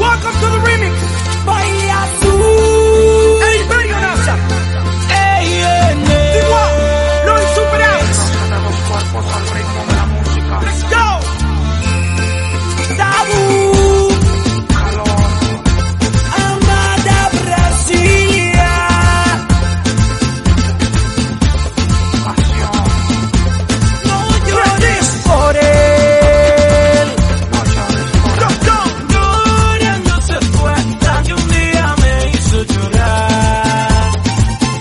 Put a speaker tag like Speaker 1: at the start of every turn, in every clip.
Speaker 1: Welcome to the remix by Yazoo. Ey, Bellionaza. Ey, Tigua, Luis Super X. Let's go. Tabú. Amada Brasilia. No llores por él. Llorando se fue hasta que un día me hizo llorar.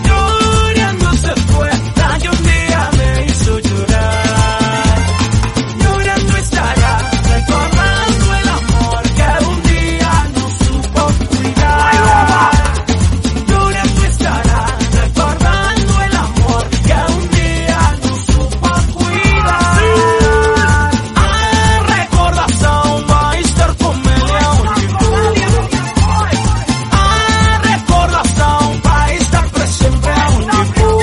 Speaker 1: Llorando se fue hasta que un día me hizo llorar. Llorando estará recordando el amor que un día no supo cuidar. Llorando estará recordando el amor que un día no supo cuidar. A recordação vai estar com A recordação vai estar para sempre onde for.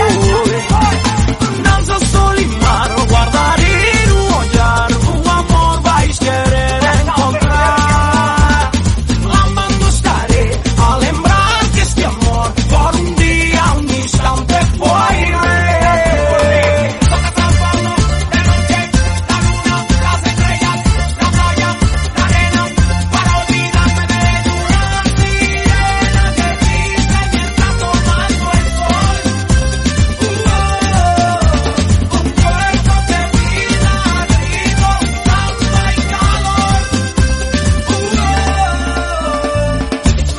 Speaker 1: Não se solimar, guardar e no olhar o amor vais querer encontrar. Amando estaré a lembrar que este amor por um dia, um instante foi ver.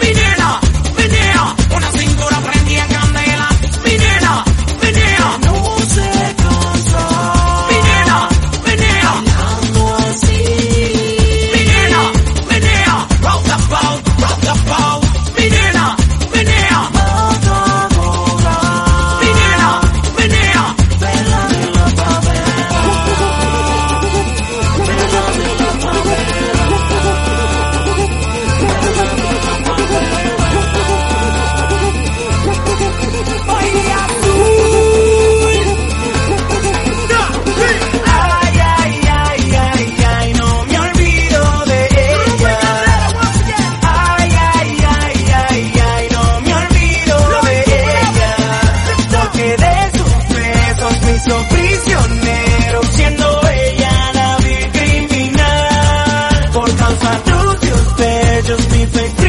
Speaker 1: Mi nena, mi nena, una cintura prendida en candela. Mi nena, mi nena, no se cansa. Mi nena, mi nena, hablando así. Mi nena, mi nena, rock the boat, rock the boat. Mi nena, mi nena, matadora. Mi nena, mi nena, vela de la favela. Ay, azul. Ay, ay, ay, ay, ay, no me olvido de ella. Ay, ay, ay, ay, ay, no me olvido de ella. Porque de sus besos me hizo prisionero, siendo ella la vil criminal. Por causa de sus bellos, mi pecado.